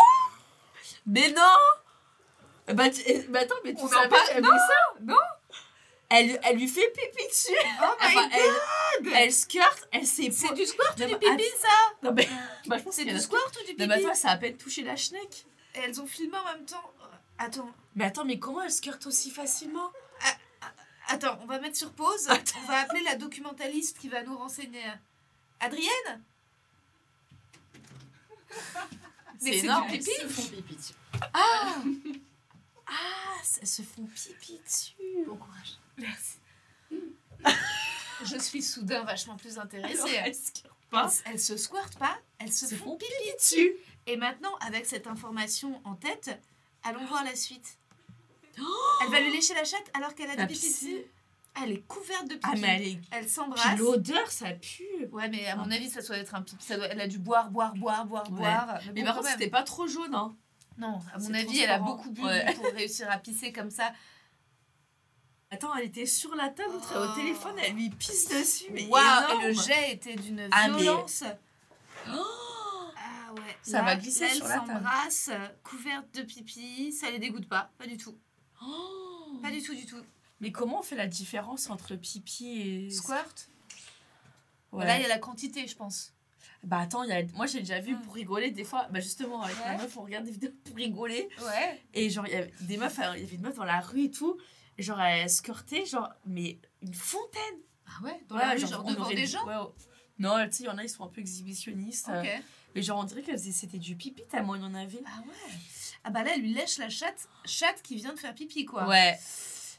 Speaker 2: Mais non bah, tu- eh, bah attends, mais tu
Speaker 3: On en
Speaker 2: savais
Speaker 3: parle-
Speaker 2: jamais ça Non elle, elle lui fait pipi dessus
Speaker 3: Oh my
Speaker 2: Enfin,
Speaker 3: God.
Speaker 2: elle, elle squirt, elle s'est
Speaker 3: C'est du squirt ou
Speaker 2: Non,
Speaker 3: du
Speaker 2: mais
Speaker 3: pipi ça
Speaker 2: Non mais... Bah je pense
Speaker 3: C'est
Speaker 2: qu'il y en
Speaker 3: du
Speaker 2: a-
Speaker 3: squirt ou du
Speaker 2: Non mais
Speaker 3: pipi
Speaker 2: attends, ça a à peine touché la schneck
Speaker 3: Et elles ont filmé en même temps. Euh, Attends,
Speaker 2: Mais attends, mais comment elle squirt aussi facilement
Speaker 3: attends, on va mettre sur pause. on va appeler la documentaliste qui va nous renseigner. Adrienne Mais c'est du
Speaker 2: énorme.
Speaker 3: pipi
Speaker 2: Elles se font
Speaker 3: pipi
Speaker 2: Ah, elles se font pipi dessus
Speaker 3: Bon courage. Merci. Je suis soudain vachement plus intéressée.
Speaker 2: Alors,
Speaker 3: Elles,
Speaker 2: elles squirtent pas
Speaker 3: elles se squirtent pas, elles se
Speaker 2: Elles se
Speaker 3: font
Speaker 2: font pipi dessus
Speaker 3: Et maintenant, avec cette information en tête, allons voir la suite. elle va lui lécher la chatte alors qu'elle a
Speaker 2: Oh La
Speaker 3: des pipi dessus.
Speaker 2: psy.
Speaker 3: Elle est couverte de pipi.
Speaker 2: Ah mais elle est...
Speaker 3: Elle
Speaker 2: Puis
Speaker 3: s'embrasse.
Speaker 2: l'odeur, ça pue
Speaker 3: Ouais, mais à mon avis, ça doit être un pipi. Ça doit... Elle a dû boire, boire, boire, boire,
Speaker 2: Ouais.
Speaker 3: boire.
Speaker 2: Mais
Speaker 3: bon,
Speaker 2: par
Speaker 3: quand
Speaker 2: contre,
Speaker 3: même.
Speaker 2: c'était pas trop jaune, hein.
Speaker 3: Non, à mon
Speaker 2: c'est
Speaker 3: avis, elle a
Speaker 2: transparent.
Speaker 3: beaucoup bu
Speaker 2: Ouais.
Speaker 3: pour réussir à pisser comme ça.
Speaker 2: Attends, elle était sur la table, l'autre est
Speaker 3: Oh.
Speaker 2: au téléphone, elle lui pisse dessus, mais
Speaker 3: Waouh,
Speaker 2: énorme.
Speaker 3: et le jet était d'une
Speaker 2: Ah, mais-
Speaker 3: violence. [gasps] Ah ouais.
Speaker 2: Ça
Speaker 3: Là,
Speaker 2: va glisser
Speaker 3: là,
Speaker 2: sur
Speaker 3: elle
Speaker 2: la table.
Speaker 3: s'embrasse, euh, couverte de pipi. Ça les dégoûte pas, pas du tout.
Speaker 2: Oh.
Speaker 3: Pas du tout, du tout.
Speaker 2: Mais comment on fait la différence entre pipi et
Speaker 3: Squirt.
Speaker 2: Ouais.
Speaker 3: Là, il y a la quantité, je pense.
Speaker 2: Bah attends, il y a... moi j'ai déjà vu
Speaker 3: Ouais.
Speaker 2: pour rigoler des fois, bah justement avec
Speaker 3: Ouais.
Speaker 2: ma meuf on regarde des vidéos pour rigoler
Speaker 3: Ouais.
Speaker 2: et genre il y avait des meufs, euh, il y avait une meuf dans la rue et tout, genre elle squirtait genre mais une fontaine.
Speaker 3: Ah ouais, dans
Speaker 2: Ouais,
Speaker 3: la rue, genre,
Speaker 2: on
Speaker 3: devant
Speaker 2: aurait
Speaker 3: des
Speaker 2: dit-
Speaker 3: gens.
Speaker 2: ouais, ouais. Non, tu sais, il y en a ils sont un peu exhibitionnistes, euh,
Speaker 3: Ok.
Speaker 2: mais genre on dirait que c'était du pipi tellement il y en avait.
Speaker 3: Ah ouais. Ah bah là, elle lui lèche la chatte, chatte qui vient de faire pipi, quoi.
Speaker 2: Ouais.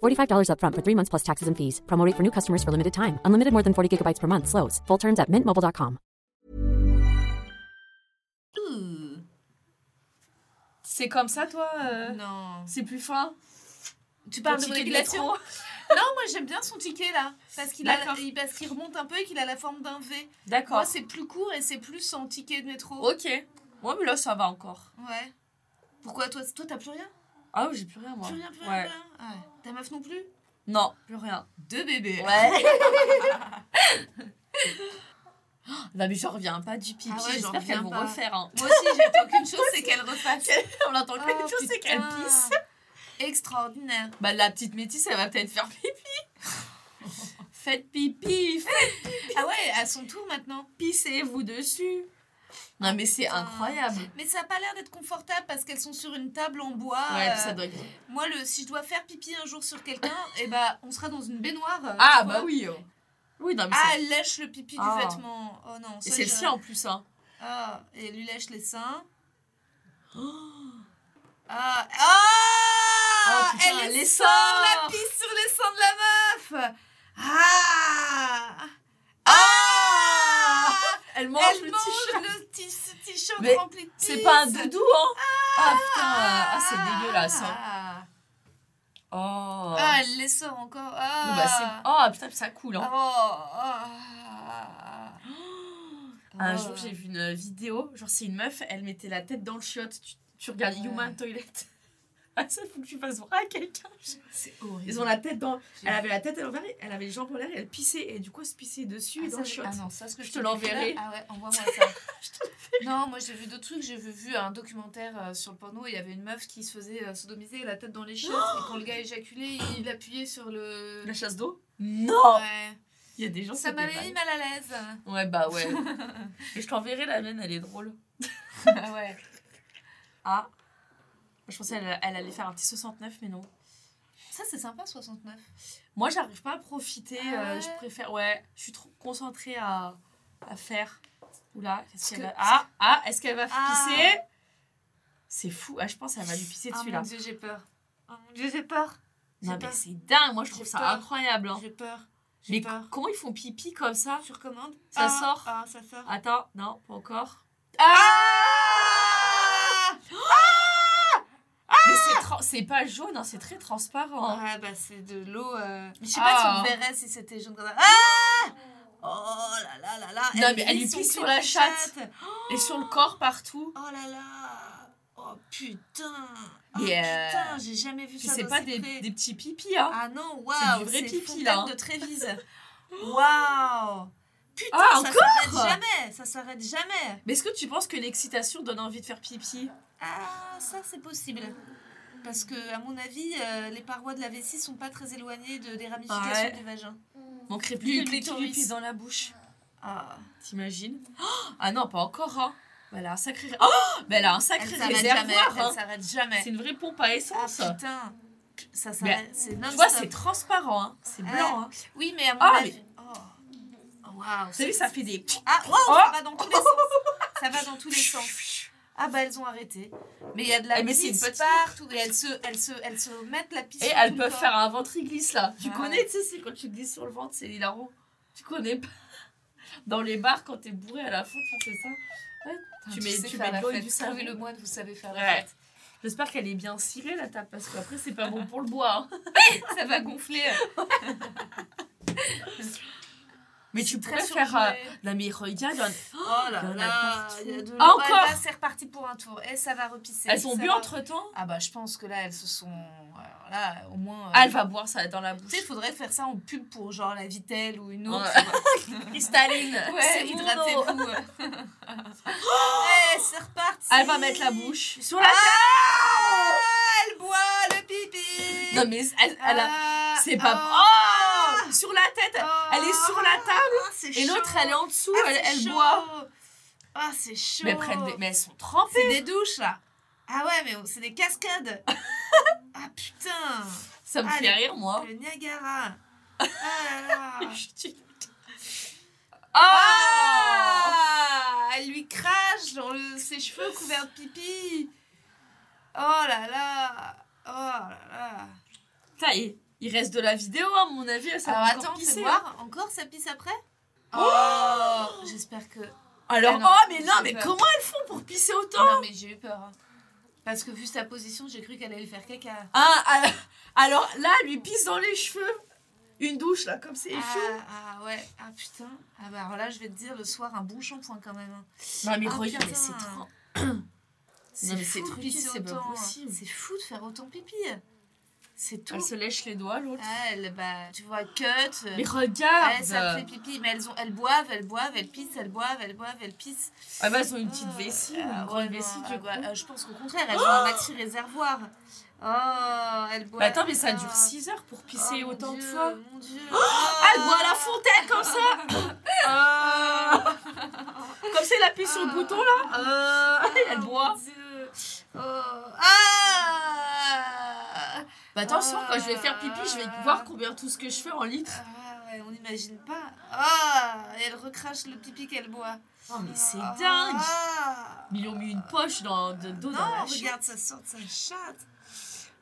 Speaker 5: $45 upfront for three months plus taxes and fees. Promo rate for new customers for limited time. Unlimited more than 40 gigabytes per month. Slows. Full terms at mintmobile.com.
Speaker 2: C'est comme ça, toi euh,
Speaker 3: Non.
Speaker 2: C'est plus fin
Speaker 3: Tu parles de
Speaker 2: Ton ticket
Speaker 3: modulation
Speaker 2: métro
Speaker 3: Non, moi j'aime bien son ticket là. Parce qu'il a,
Speaker 2: D'accord.
Speaker 3: il- parce qu'il remonte un peu et qu'il a la forme d'un V. Moi
Speaker 2: D'accord.
Speaker 3: c'est plus court et c'est plus en ticket de métro.
Speaker 2: Ok. Ouais, mais là, ça va encore.
Speaker 3: Ouais. Pourquoi toi Toi t'as plus rien
Speaker 2: Ah, ouais, j'ai plus rien, moi.
Speaker 3: Plus rien, plus rien,
Speaker 2: Ouais. Oh.
Speaker 3: plus rien. Ouais. Ta meuf non plus
Speaker 2: Non.
Speaker 3: Plus rien. Deux bébés.
Speaker 2: [laughs] Ouais. Oh, Non, mais je reviens pas du pipi.
Speaker 3: Ah ouais, j'en
Speaker 2: J'espère qu'elles
Speaker 3: reviens
Speaker 2: vont
Speaker 3: pas.
Speaker 2: refaire. Hein.
Speaker 3: Moi aussi j'attends qu'une chose c'est qu'elle refasse.
Speaker 2: On [laughs] entend que
Speaker 3: Oh,
Speaker 2: les choses, c'est qu'elles
Speaker 3: putain.
Speaker 2: pissent.
Speaker 3: Extraordinaire.
Speaker 2: Bah, la petite métisse, elle va peut-être faire pipi.
Speaker 3: [laughs]
Speaker 2: Faites pipi,
Speaker 3: Ah ouais, à son tour maintenant.
Speaker 2: pissez-vous dessus. Non, mais c'est
Speaker 3: Ah, Putain.
Speaker 2: incroyable.
Speaker 3: Mais ça a pas l'air d'être confortable parce qu'elles sont sur une table en bois.
Speaker 2: Ouais,
Speaker 3: euh,
Speaker 2: puis ça doit
Speaker 3: Moi, le, si je dois faire pipi un jour sur
Speaker 2: [laughs]
Speaker 3: quelqu'un, eh bah, on sera dans une baignoire. euh,
Speaker 2: Ah,
Speaker 3: tu
Speaker 2: bah
Speaker 3: vois.
Speaker 2: oui. hein. Oui, non, mais
Speaker 3: Ah,
Speaker 2: c'est-
Speaker 3: elle lèche le pipi
Speaker 2: Ah.
Speaker 3: du vêtement. Oh non.
Speaker 2: Et
Speaker 3: ça,
Speaker 2: c'est le
Speaker 3: je-
Speaker 2: sien en plus, hein.
Speaker 3: Ah, et elle lui lèche les
Speaker 2: [gasps]
Speaker 3: seins. Ah, ah
Speaker 2: Oh, putain,
Speaker 3: elle,
Speaker 2: elle
Speaker 3: les
Speaker 2: les
Speaker 3: sort la
Speaker 2: sort.
Speaker 3: pisse sur les seins de la meuf. Ah, ah,
Speaker 2: Elle mange
Speaker 3: elle
Speaker 2: le
Speaker 3: mange
Speaker 2: t-shirt.
Speaker 3: le petit ce t-shirt
Speaker 2: Mais
Speaker 3: rempli de
Speaker 2: C'est
Speaker 3: pisse.
Speaker 2: pas un doudou, hein. Ah, putain, ah, c'est dégueulasse. hein.
Speaker 3: Ah.
Speaker 2: Oh.
Speaker 3: Ah, elle les sort encore. Ah.
Speaker 2: Bah, c'est- oh, putain, puis ça coule, hein.
Speaker 3: Oh, oh.
Speaker 2: Un
Speaker 3: Oh.
Speaker 2: jour, j'ai vu une vidéo, genre c'est une meuf, elle mettait la tête dans le chiotte, tu, tu regardes
Speaker 3: Ouais.
Speaker 2: Human Toilet. [laughs] Ah ça, faut que tu fasses voir à quelqu'un.
Speaker 3: C'est horrible.
Speaker 2: Ils ont la tête dans... Elle avait la tête à l'envers, elle avait les jambes en l'air et elle pissait. Et du coup, elle se pissait dessus et
Speaker 3: Ah,
Speaker 2: dans
Speaker 3: ça,
Speaker 2: le
Speaker 3: je-
Speaker 2: chiotte.
Speaker 3: ah non, ça, ce que
Speaker 2: Je
Speaker 3: je
Speaker 2: te
Speaker 3: te
Speaker 2: l'enverrai.
Speaker 3: Ah ouais,
Speaker 2: [laughs]
Speaker 3: envoie-moi ça. non, moi j'ai vu d'autres trucs. J'ai vu, vu un documentaire euh, sur le porno. Il y avait une meuf qui se faisait euh, sodomiser la tête dans les chiottes. et quand le gars éjaculait, il appuyait sur le.
Speaker 2: La chasse d'eau Non
Speaker 3: Ouais.
Speaker 2: Il y a des gens
Speaker 3: Ça
Speaker 2: ça
Speaker 3: m'avait mis
Speaker 2: mal.
Speaker 3: mal à l'aise.
Speaker 2: Ouais, bah
Speaker 3: [laughs]
Speaker 2: ouais. et je t'enverrai la mienne, elle est drôle.
Speaker 3: ah ouais.
Speaker 2: Ah Je pensais qu'elle elle allait faire un petit 69, mais non.
Speaker 3: Ça c'est sympa 69.
Speaker 2: Moi, j'arrive pas à profiter.
Speaker 3: Ah
Speaker 2: euh,
Speaker 3: ouais
Speaker 2: je préfère. Ouais, je suis trop concentrée à, à faire. Oula, qu'est-ce
Speaker 3: Parce
Speaker 2: qu'elle
Speaker 3: que-
Speaker 2: va. Ah, ah est-ce qu'elle va
Speaker 3: Ah.
Speaker 2: pisser C'est fou. Ah, je pense qu'elle va lui pisser
Speaker 3: Ah
Speaker 2: dessus
Speaker 3: mon
Speaker 2: là.
Speaker 3: dieu, j'ai peur.
Speaker 2: Ah,
Speaker 3: Oh mon dieu, j'ai peur.
Speaker 2: Non,
Speaker 3: j'ai
Speaker 2: mais
Speaker 3: peur.
Speaker 2: c'est dingue. Moi, je trouve
Speaker 3: J'ai
Speaker 2: ça
Speaker 3: peur.
Speaker 2: incroyable. hein.
Speaker 3: J'ai peur. J'ai
Speaker 2: Mais
Speaker 3: peur.
Speaker 2: comment ils font pipi comme ça
Speaker 3: Tu recommandes
Speaker 2: Ça
Speaker 3: Ah,
Speaker 2: sort.
Speaker 3: Ah, ça sort.
Speaker 2: Attends, non, pas encore. Ah!
Speaker 3: Ah
Speaker 2: mais c'est tran- c'est pas jaune, hein, c'est très transparent. hein.
Speaker 3: Ouais, bah c'est de l'eau. euh,
Speaker 2: Je sais pas
Speaker 3: ah.
Speaker 2: si on
Speaker 3: verrait si c'était jaune comme ça. Ah Oh là là là là
Speaker 2: Non, mais elle lui
Speaker 3: son
Speaker 2: pisse sur
Speaker 3: cul
Speaker 2: la
Speaker 3: de
Speaker 2: chatte.
Speaker 3: Ah.
Speaker 2: Et sur le corps, partout.
Speaker 3: Oh là là Oh putain Oh
Speaker 2: Et, euh,
Speaker 3: putain, j'ai jamais vu
Speaker 2: Puis
Speaker 3: Ah, ça
Speaker 2: c'est
Speaker 3: dans
Speaker 2: pas
Speaker 3: ses
Speaker 2: des,
Speaker 3: prés.
Speaker 2: des petits pipis, hein.
Speaker 3: Ah non,
Speaker 2: C'est
Speaker 3: waouh
Speaker 2: du vrai
Speaker 3: C'est
Speaker 2: pipi,
Speaker 3: Fontaine
Speaker 2: là, hein.
Speaker 3: de Trévise
Speaker 2: [laughs]
Speaker 3: Waouh Putain,
Speaker 2: Ah,
Speaker 3: ça
Speaker 2: encore
Speaker 3: s'arrête jamais Ça s'arrête jamais
Speaker 2: Mais est-ce que tu penses que l'excitation donne envie de faire pipi
Speaker 3: Ah, ça c'est possible parce que, à mon avis, euh, les parois de la vessie sont pas très éloignées de, des ramifications
Speaker 2: Ouais.
Speaker 3: du vagin.
Speaker 2: Manquerait plus
Speaker 3: Du
Speaker 2: que le
Speaker 3: clitoris.
Speaker 2: clitoris dans la bouche.
Speaker 3: Ah.
Speaker 2: T'imagines Oh, Ah non, pas encore, hein. Bah, elle a un sacré... Oh bah, elle a un sacré réservoir, hein.
Speaker 3: elle s'arrête jamais.
Speaker 2: C'est une vraie pompe à
Speaker 3: Ah
Speaker 2: essence.
Speaker 3: putain, ça
Speaker 2: Mais-
Speaker 3: s'arrête, c'est non
Speaker 2: tu vois, c'est transparent, hein. C'est blanc, hein.
Speaker 3: Oui, mais à mon
Speaker 2: Ah,
Speaker 3: avis.
Speaker 2: mais-
Speaker 3: Oh. Oh, Waouh.
Speaker 2: T'as vu, ça fait des...
Speaker 3: Ah, wow,
Speaker 2: Oh.
Speaker 3: ça va dans tous les sens. Ça va dans tous les sens. Ah bah elles ont arrêté. Mais il y a de la
Speaker 2: Eh, mais c'est une
Speaker 3: pisse
Speaker 2: petite-
Speaker 3: partout et elles se, elles se, elles se mettent la pisse.
Speaker 2: Et
Speaker 3: sur tout
Speaker 2: elles
Speaker 3: le
Speaker 2: peuvent
Speaker 3: corps.
Speaker 2: faire un ventre-glisse, là. Tu
Speaker 3: Ah
Speaker 2: connais, tu sais, c'est quand tu glisses sur le ventre, c'est hilarant. Tu connais pas Dans les bars, quand t'es bourré à la fin, tu fais ça.
Speaker 3: Putain,
Speaker 2: tu mets-
Speaker 3: sais
Speaker 2: tu
Speaker 3: faire
Speaker 2: mets de
Speaker 3: la
Speaker 2: l'eau et
Speaker 3: fête.
Speaker 2: du savon.
Speaker 3: Trouvez le moine, vous savez faire la
Speaker 2: Ouais.
Speaker 3: fête.
Speaker 2: J'espère qu'elle est bien cirée, la table, parce qu'après, c'est pas bon pour le bois,
Speaker 3: [laughs]
Speaker 2: hein.
Speaker 3: Ça va
Speaker 2: [laughs]
Speaker 3: gonfler.
Speaker 2: Mais
Speaker 3: C'est
Speaker 2: tu
Speaker 3: très
Speaker 2: pourrais faire... euh,
Speaker 3: surjoué.
Speaker 2: Non, mais regarde, il y en-
Speaker 3: Oh là
Speaker 2: Il y en a
Speaker 3: là,
Speaker 2: partout.
Speaker 3: il y a de l'eau.
Speaker 2: Ah, encore
Speaker 3: Là, c'est reparti pour un tour. Et ça va repisser.
Speaker 2: elles ont
Speaker 3: Ça
Speaker 2: bu
Speaker 3: va-
Speaker 2: entre-temps
Speaker 3: Ah bah je pense que là elles se sont. Alors là au moins. euh,
Speaker 2: Ah, elle va boire ça dans la
Speaker 3: Tu
Speaker 2: bouche.
Speaker 3: sais, il faudrait faire ça en pub pour genre la Vitelle ou une autre.
Speaker 2: Ouais. Cristalline
Speaker 3: C'est hydratez-vous. [laughs] Eh, c'est reparti.
Speaker 2: Oh Elle va mettre la bouche sur la
Speaker 3: Ah, elle boit le pipi.
Speaker 2: table Non mais elle, elle a...
Speaker 3: Ah,
Speaker 2: C'est pas...
Speaker 3: ah,
Speaker 2: Oh Sur la tête
Speaker 3: ah,
Speaker 2: Elle est sur la table
Speaker 3: ah, c'est
Speaker 2: Et l'autre,
Speaker 3: chaud.
Speaker 2: elle est en dessous,
Speaker 3: Ah,
Speaker 2: elle,
Speaker 3: c'est
Speaker 2: elle
Speaker 3: chaud.
Speaker 2: boit
Speaker 3: Ah, c'est chaud.
Speaker 2: mais, elles prennent des- mais elles sont trempées
Speaker 3: C'est des douches là. Ah ouais, mais c'est des
Speaker 2: [laughs]
Speaker 3: cascades. ah putain.
Speaker 2: Ça me
Speaker 3: Ah,
Speaker 2: fait
Speaker 3: les-
Speaker 2: rire, moi
Speaker 3: Le Niagara. Ah là là.
Speaker 2: Ah
Speaker 3: Ah Elle lui crache dans le- ses cheveux couverts de pipi. Oh là là. Oh là là.
Speaker 2: Putain, il, il reste de la vidéo, hein, à mon avis, ça
Speaker 3: Alors
Speaker 2: va encore
Speaker 3: attends, fais
Speaker 2: pisser, hein.
Speaker 3: voir. Encore ça pisse après Oh J'espère que.
Speaker 2: Alors,
Speaker 3: Ah non,
Speaker 2: oh, mais non,
Speaker 3: j'ai
Speaker 2: mais
Speaker 3: peur.
Speaker 2: comment elles font pour pisser autant
Speaker 3: Non mais j'ai eu peur. hein. Parce que vu sa position, j'ai cru qu'elle allait faire caca.
Speaker 2: Ah, ah, alors là, lui pisse dans les cheveux. Une douche, là, comme c'est
Speaker 3: Ah,
Speaker 2: chaud.
Speaker 3: ah ouais, ah putain. Ah bah alors là, je vais te dire le soir un bon shampoing quand même. hein.
Speaker 2: Non, mais
Speaker 3: Ah,
Speaker 2: regarde,
Speaker 3: putain.
Speaker 2: c'est trop.
Speaker 3: C'est
Speaker 2: Non, mais
Speaker 3: fou
Speaker 2: c'est
Speaker 3: de
Speaker 2: trop
Speaker 3: pisser
Speaker 2: petit, c'est pas
Speaker 3: autant, hein.
Speaker 2: possible.
Speaker 3: C'est fou de faire autant pipi. Ah, C'est tout.
Speaker 2: Elle se lèche les doigts, l'autre.
Speaker 3: Ah, elle, bah, tu vois, cut. euh,
Speaker 2: Mais regarde
Speaker 3: ouais, ça fait pipi, mais elles, ont, elles boivent, elles boivent, elles pissent, elles boivent, elles boivent, elles pissent.
Speaker 2: Ah bah, elles ont une petite vessie,
Speaker 3: Ah,
Speaker 2: une
Speaker 3: ouais,
Speaker 2: grande
Speaker 3: non,
Speaker 2: vessie,
Speaker 3: ah,
Speaker 2: tu
Speaker 3: bah,
Speaker 2: vois.
Speaker 3: euh, je pense qu'au contraire, elles ont un maxi réservoir. Oh, elles boivent.
Speaker 2: Oh Bah, attends, mais ça dure
Speaker 3: Ah.
Speaker 2: 6 heures pour pisser
Speaker 3: Oh, mon
Speaker 2: autant de
Speaker 3: Dieu,
Speaker 2: fois.
Speaker 3: Mon
Speaker 2: [gasps]
Speaker 3: dieu.
Speaker 2: Elle boit à la fontaine comme ça
Speaker 3: Euh.
Speaker 2: Ah. Comme c'est la pisse sur le
Speaker 3: Ah.
Speaker 2: bouton
Speaker 3: Euh.
Speaker 2: là Ah, Elle boit
Speaker 3: Oh. Ah
Speaker 2: Bah attention, quand je vais faire pipi, je vais voir combien tout ce que je fais en litres.
Speaker 3: Ah ouais, on n'imagine pas. Ah Elle recrache le pipi qu'elle boit.
Speaker 2: Oh mais c'est
Speaker 3: Ah.
Speaker 2: dingue Mais ils lui ont mis une poche dans, de- d'eau
Speaker 3: Non,
Speaker 2: dans la chienne.
Speaker 3: regarde, ça sort de sa chatte.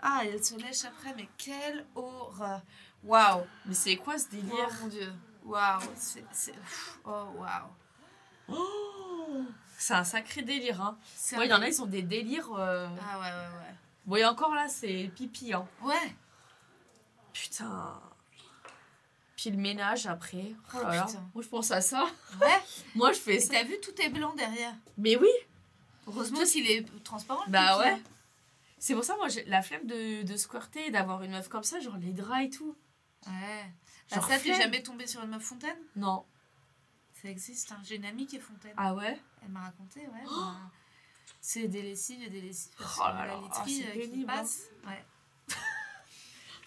Speaker 3: Ah, et elle se lèche après, mais quelle horreur. Waouh
Speaker 2: Mais c'est quoi ce délire
Speaker 3: Oh mon dieu. Waouh C'est... c'est- pff, Oh, waouh
Speaker 2: Oh. C'est un sacré délire. Hein.
Speaker 3: C'est
Speaker 2: Ouais, il y
Speaker 3: un-
Speaker 2: en a, ils ont des délires. Euh...
Speaker 3: Ah ouais, ouais,
Speaker 2: Bon, et encore là, c'est pipi. Hein.
Speaker 3: ouais. Ouais
Speaker 2: Putain. Puis le ménage après. Oh là là.
Speaker 3: Putain.
Speaker 2: Moi, je pense à ça.
Speaker 3: Ouais
Speaker 2: [laughs] Moi, je fais
Speaker 3: Et
Speaker 2: ça.
Speaker 3: t'as vu, tout est blanc derrière.
Speaker 2: Mais oui
Speaker 3: Heureusement qu'il est transparent, le
Speaker 2: Bah
Speaker 3: pipi,
Speaker 2: ouais. C'est pour ça, moi, j'ai la flemme de, de squirter et d'avoir une meuf comme ça, genre les draps et tout.
Speaker 3: hein. Ouais. Bah,
Speaker 2: Genre
Speaker 3: ça, t'es
Speaker 2: flemme.
Speaker 3: jamais tombé sur une meuf fontaine
Speaker 2: Non.
Speaker 3: Ça existe, hein. j'ai une amie qui est fontaine.
Speaker 2: Ah ouais
Speaker 3: Elle m'a raconté, ouais. ben, c'est des lessives et des lessives.
Speaker 2: Oh
Speaker 3: sur la
Speaker 2: là là,
Speaker 3: literie
Speaker 2: c'est
Speaker 3: euh, qui
Speaker 2: pénible, hein.
Speaker 3: passe. Ouais.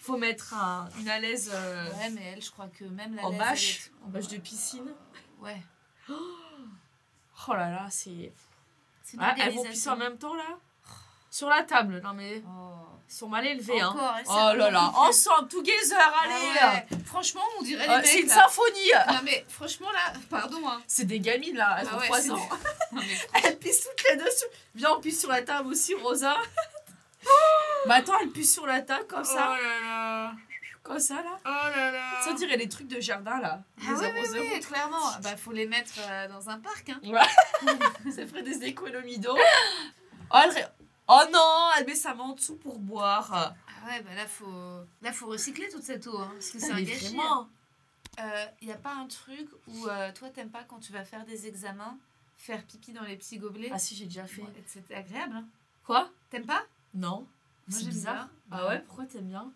Speaker 2: Faut mettre un- une à l'aise euh,
Speaker 3: ouais, mais elle, je crois que même la
Speaker 2: en
Speaker 3: laisse, elle est-
Speaker 2: bâche, en bâche de piscine.
Speaker 3: Ouais.
Speaker 2: Oh là là, c'est.
Speaker 3: C'est
Speaker 2: Ah, elles vont pisser
Speaker 3: modélisation.
Speaker 2: en même temps là Sur la table, non mais.
Speaker 3: Oh.
Speaker 2: Ils sont mal élevés, hein.
Speaker 3: Encore, elles
Speaker 2: Oh là
Speaker 3: servent
Speaker 2: là,
Speaker 3: de-
Speaker 2: ensemble, together,
Speaker 3: Ah
Speaker 2: allez
Speaker 3: ouais. Franchement, on dirait
Speaker 2: Euh,
Speaker 3: les mecs.
Speaker 2: C'est une
Speaker 3: là.
Speaker 2: symphonie
Speaker 3: Non mais franchement là, pardon hein.
Speaker 2: C'est des gamines là, elles
Speaker 3: Ah
Speaker 2: ont
Speaker 3: ouais,
Speaker 2: 3
Speaker 3: c'est-
Speaker 2: ans.
Speaker 3: Non, mais-
Speaker 2: [laughs] Elles pissent toutes les deux sur... Viens, on pisse sur la table aussi, Rosa. [laughs] bah attends, elle pisse sur la table comme ça.
Speaker 3: Oh là là.
Speaker 2: Comme ça là.
Speaker 3: Oh là là.
Speaker 2: Ça on dirait les trucs de jardin là.
Speaker 3: Ah oui, oui,
Speaker 2: arroseurs.
Speaker 3: oui, clairement. Bah faut les mettre euh, dans un parc hein.
Speaker 2: [laughs] Ça ferait des économies d'eau. Oh, elle ré- oh non, elle met sa main en dessous pour boire.
Speaker 3: Ah ouais, bah là faut là faut recycler toute cette eau hein, parce que c'est
Speaker 2: Mais
Speaker 3: un gâchis. hein.
Speaker 2: vraiment.
Speaker 3: Il n'y a pas un truc où euh, toi, t'aimes pas quand tu vas faire des examens, faire pipi dans les petits gobelets
Speaker 2: Ah si, j'ai déjà fait.
Speaker 3: Ouais, C'était agréable. hein.
Speaker 2: Quoi
Speaker 3: T'aimes pas
Speaker 2: Non.
Speaker 3: Moi,
Speaker 2: C'est
Speaker 3: j'aime
Speaker 2: bizarre.
Speaker 3: bien.
Speaker 2: Ah ouais, Ah pourquoi t'aimes bien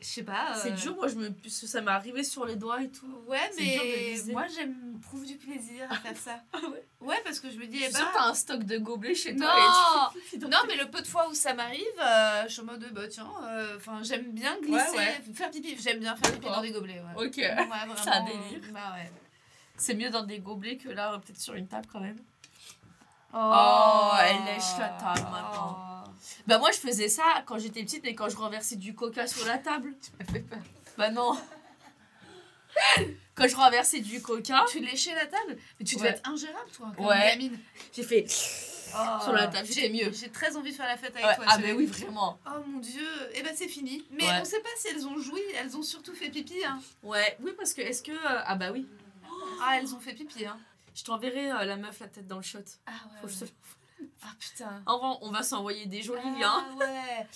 Speaker 3: Je sais pas. euh,
Speaker 2: C'est dur, moi je me parce que ça m'est arrivé sur les doigts et tout.
Speaker 3: Ouais,
Speaker 2: C'est dur de
Speaker 3: mais
Speaker 2: viser.
Speaker 3: moi, j'aime prouve du plaisir à faire
Speaker 2: [laughs]
Speaker 3: ça.
Speaker 2: ouais
Speaker 3: Ouais, parce que je me dis,
Speaker 2: Je
Speaker 3: eh
Speaker 2: suis sûre que
Speaker 3: ben.
Speaker 2: t'as un stock de gobelets chez toi.
Speaker 3: Non,
Speaker 2: et tu fais pipi dans- [laughs]
Speaker 3: non, mais le peu de fois où ça m'arrive, euh, je suis en mode, bah tiens, euh, enfin, j'aime bien glisser,
Speaker 2: Ouais,
Speaker 3: faire pipi. J'aime bien faire pipi
Speaker 2: D'accord.
Speaker 3: dans des gobelets. Ouais.
Speaker 2: Ok.
Speaker 3: Ouais, vraiment.
Speaker 2: [laughs] C'est un délire.
Speaker 3: Bah ouais.
Speaker 2: C'est mieux dans des gobelets que là, euh, peut-être sur une table quand même.
Speaker 3: Oh,
Speaker 2: elle lèche la table maintenant. Bah moi je faisais ça quand j'étais petite mais quand je renversais du coca sur la table. [laughs] Tu m'as fait peur. Bah non. quand je renversais du coca,
Speaker 3: Tu léchais la table Mais tu devais
Speaker 2: Ouais.
Speaker 3: être ingérable, toi, comme
Speaker 2: Ouais.
Speaker 3: gamine.
Speaker 2: j'ai fait sur la table,
Speaker 3: J'ai
Speaker 2: Ah. j'étais mieux.
Speaker 3: J'ai très envie de faire la fête avec
Speaker 2: Ouais,
Speaker 3: toi.
Speaker 2: ah
Speaker 3: Solène.
Speaker 2: mais oui vraiment.
Speaker 3: Oh mon dieu, eh ben c'est fini. Mais
Speaker 2: Ouais.
Speaker 3: on sait pas si elles ont joui, elles ont surtout fait pipi. Hein.
Speaker 2: Ouais, oui parce que est-ce que euh, ah bah oui,
Speaker 3: Ah, elles ont fait pipi. Hein.
Speaker 2: je t'enverrai euh, la meuf la tête dans le shot.
Speaker 3: Ah
Speaker 2: Faut que je te-
Speaker 3: Ah putain.
Speaker 2: Au revoir, on va s'envoyer des jolis liens.
Speaker 3: Ah ouais.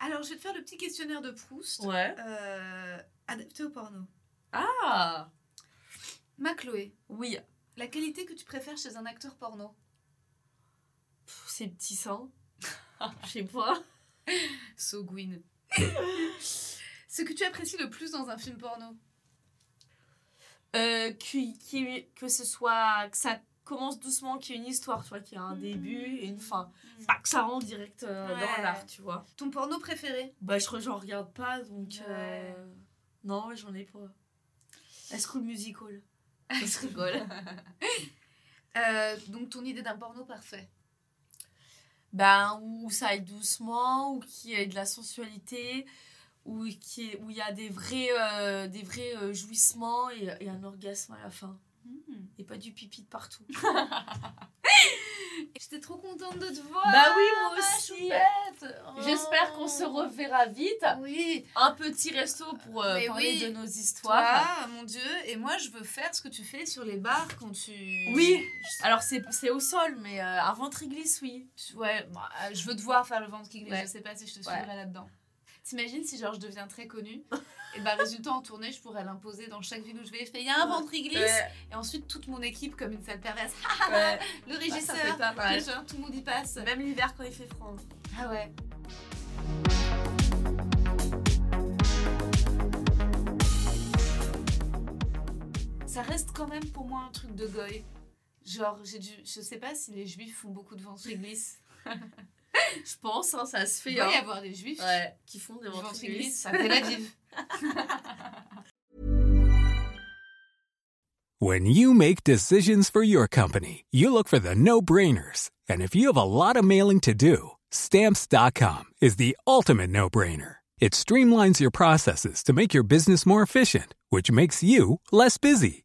Speaker 3: Alors je vais te faire le petit questionnaire de Proust,
Speaker 2: Ouais.
Speaker 3: euh, adapté au porno.
Speaker 2: Ah
Speaker 3: Ma Chloé,
Speaker 2: oui,
Speaker 3: la qualité que tu préfères chez un acteur porno
Speaker 2: Pff, ces petits [laughs] seins. Je sais pas.
Speaker 3: So Gwyn. [laughs] Ce que tu apprécies le plus dans un film porno
Speaker 2: Euh, qui- qui- que ce soit que ça commence doucement qu'il y ait une histoire tu vois qu'il y a un début et une fin pas que ça rentre direct euh,
Speaker 3: Ouais.
Speaker 2: dans l'art tu vois
Speaker 3: Ah. Ton porno
Speaker 2: [laughs]
Speaker 3: préféré
Speaker 2: bah je re- j'en regarde pas donc euh,
Speaker 3: Ouais.
Speaker 2: non ouais, j'en ai pas High School Musical je rigole
Speaker 3: [laughs] Euh, Donc ton idée d'un porno parfait.
Speaker 2: ben où ça aille doucement où qu'il y ait de la sensualité où qui où il y a des vrais euh, des vrais euh, jouissements et, Hmm. et un orgasme à la fin et pas du pipi de partout
Speaker 3: J'étais trop contente de te voir.
Speaker 2: Bah oui, moi aussi.
Speaker 3: Choupette. Oh.
Speaker 2: J'espère qu'on se reverra vite.
Speaker 3: Oui,
Speaker 2: Un petit resto pour euh,
Speaker 3: Mais
Speaker 2: parler
Speaker 3: oui.
Speaker 2: de nos histoires.
Speaker 3: toi, mon Dieu, et moi je veux faire ce que tu fais sur les bars quand tu.
Speaker 2: Oui. Alors c'est c'est au sol, mais euh, un ventre qui glisse, oui.
Speaker 3: Tu- Ouais, bah, euh, je veux te voir faire le ventre qui glisse.
Speaker 2: Ouais.
Speaker 3: Je sais pas si je te
Speaker 2: Ouais.
Speaker 3: suivrai là-dedans. T'imagines si genre je deviens très connue et bah résultat en tournée je pourrais l'imposer dans chaque ville où je vais. Je fais il y a un ventre qui glisse et ensuite toute mon équipe comme une sale perverse. [laughs]
Speaker 2: Ouais.
Speaker 3: le
Speaker 2: Bah, ça
Speaker 3: régisseur,
Speaker 2: fait Bah, pas mal.
Speaker 3: le genre, tout le monde y passe.
Speaker 2: Même l'hiver quand il fait froid. hein,
Speaker 3: Ah ouais. Ça reste quand même pour moi un truc de goy. Genre, j'ai dû... je sais pas si les juifs font beaucoup de ventre qui [laughs] glisse.
Speaker 2: Je pense, hein, ça se
Speaker 3: Il
Speaker 2: fait.
Speaker 3: doit y
Speaker 2: hein.
Speaker 3: avoir des juifs
Speaker 2: Ouais, qui font
Speaker 3: du
Speaker 2: des ventres
Speaker 3: ventre
Speaker 2: qui
Speaker 3: qui glisse,
Speaker 2: glissent.
Speaker 3: ça fait la vie.
Speaker 6: When you make decisions for your company, you look for the no brainers. And if you have a lot of mailing to do, stamps.com is the ultimate no brainer. It streamlines your processes to make your business more efficient, which makes you less busy.